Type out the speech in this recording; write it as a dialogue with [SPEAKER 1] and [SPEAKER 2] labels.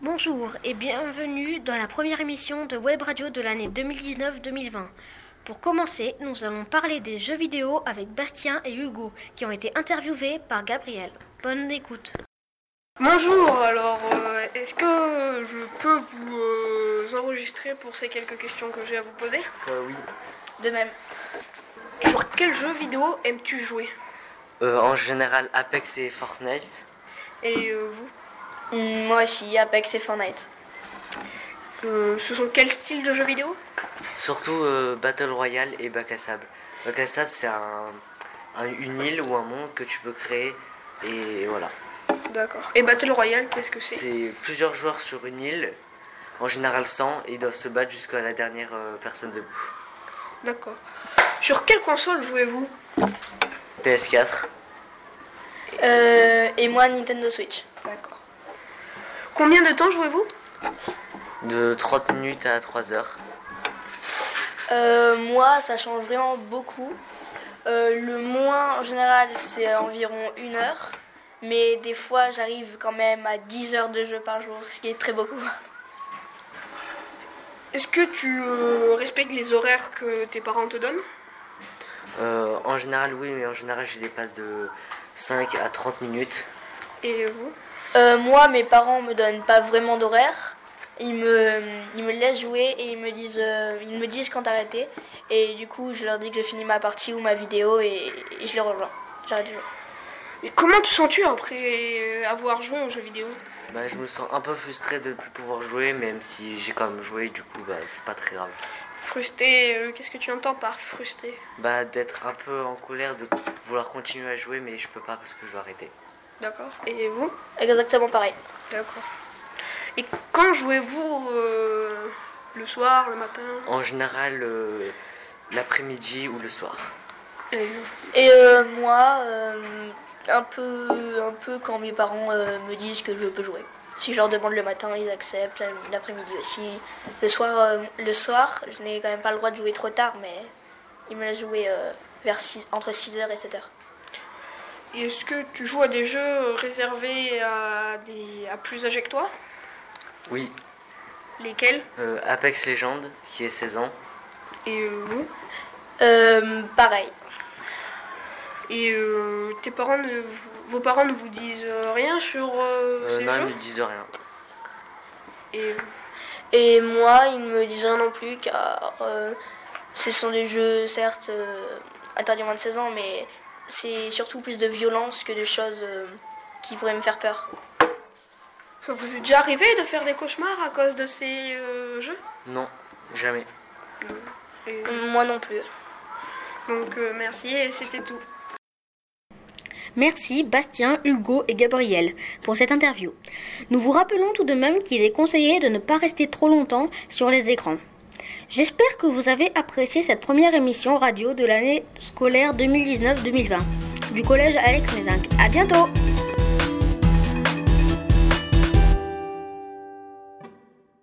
[SPEAKER 1] Bonjour et bienvenue dans la première émission de Web Radio de l'année 2019-2020. Pour commencer, nous allons parler des jeux vidéo avec Bastien et Hugo, qui ont été interviewés par Gabriel. Bonne écoute.
[SPEAKER 2] Bonjour, alors euh, est-ce que euh, je peux vous euh, enregistrer pour ces quelques questions que j'ai à vous poser
[SPEAKER 3] Euh, oui.
[SPEAKER 2] De même. Sur quel jeu vidéo aimes-tu jouer
[SPEAKER 3] Euh, en général, Apex et Fortnite.
[SPEAKER 2] Et euh, vous
[SPEAKER 4] Hmm, Moi aussi, Apex et Fortnite.
[SPEAKER 2] Euh, Ce sont quels styles de jeux vidéo
[SPEAKER 3] Surtout euh, Battle Royale et Bac à sable. Bac à sable, c'est un, un- une île ou un monde que tu peux créer. Et voilà.
[SPEAKER 2] D'accord. Et Battle Royale, qu'est-ce que c'est
[SPEAKER 3] C'est plusieurs joueurs sur une île, en général 100, et ils doivent se battre jusqu'à la dernière euh, personne debout.
[SPEAKER 2] D'accord. Sur quelle console jouez-vous
[SPEAKER 3] PS4.
[SPEAKER 4] Euh, et moi, Nintendo Switch.
[SPEAKER 2] D'accord. Combien de temps jouez-vous
[SPEAKER 3] De 30 minutes à 3 heures.
[SPEAKER 4] Euh, moi, ça change vraiment beaucoup. Euh, le moins, en général, c'est environ une heure. Mais des fois, j'arrive quand même à 10 heures de jeu par jour, ce qui est très beaucoup.
[SPEAKER 2] Est-ce que tu euh, respectes les horaires que tes parents te donnent
[SPEAKER 3] Euh, en général, oui, mais en général, je dépasse de 5 à 30 minutes.
[SPEAKER 2] Et vous
[SPEAKER 4] Euh, moi, mes parents me donnent pas vraiment d'horaire. Ils me, ils me laissent jouer et ils me disent, euh, ils me disent quand arrêter. Et du coup, je leur dis que je finis ma partie ou ma vidéo et, et je les rejoins. J'arrête de jouer.
[SPEAKER 2] Et comment te sens-tu après euh, avoir joué aux jeux vidéo
[SPEAKER 3] Bah, je me sens un peu frustré de ne plus pouvoir jouer, même si j'ai quand même joué, du coup, bah, c'est pas très grave.
[SPEAKER 2] Frustré, euh, qu'est-ce que tu entends par frustré
[SPEAKER 3] Bah, d'être un peu en colère, de vouloir continuer à jouer, mais je peux pas parce que je dois arrêter.
[SPEAKER 2] D'accord. Et vous
[SPEAKER 4] Exactement pareil.
[SPEAKER 2] D'accord. Et quand jouez-vous euh, le soir, le matin
[SPEAKER 3] En général, euh, l'après-midi ou le soir.
[SPEAKER 2] Et vous
[SPEAKER 4] Et euh, moi, euh, un, peu, un peu quand mes parents euh, me disent que je peux jouer. Si je leur demande le matin, ils acceptent, l'après-midi aussi. Le soir, euh, le soir je n'ai quand même pas le droit de jouer trop tard, mais ils me laissent jouer euh, vers six- entre 6h et 7h.
[SPEAKER 2] Et Est-ce que tu joues à des jeux réservés à, des, à plus âgés que toi
[SPEAKER 3] Oui,
[SPEAKER 2] Lesquels
[SPEAKER 3] euh, Apex Legends, qui est 16 ans.
[SPEAKER 2] Et euh, vous
[SPEAKER 4] Euh, pareil.
[SPEAKER 2] Et euh, tes parents, ne- vos parents ne vous disent rien sur euh,
[SPEAKER 3] Euh,
[SPEAKER 2] ces
[SPEAKER 3] non, ils
[SPEAKER 2] jeux
[SPEAKER 3] me disent rien.
[SPEAKER 2] Et
[SPEAKER 4] Et moi, ils ne me disent rien non plus, car euh, ce sont des jeux, certes, euh, interdits aux moins de 16 ans, mais c'est surtout plus de violence que de choses euh, qui pourraient me faire peur.
[SPEAKER 2] ça vous est déjà arrivé de faire des cauchemars à cause de ces euh, jeux
[SPEAKER 3] Non, jamais.
[SPEAKER 2] Et
[SPEAKER 4] Moi non plus.
[SPEAKER 2] Donc euh, merci et c'était tout.
[SPEAKER 1] Merci Bastien, Hugo et Gabriel pour cette interview. Nous vous rappelons tout de même qu'il est conseillé de ne pas rester trop longtemps sur les écrans. J'espère que vous avez apprécié cette première émission radio de l'année scolaire 2019-2020 du collège Alex Mézinc. À bientôt!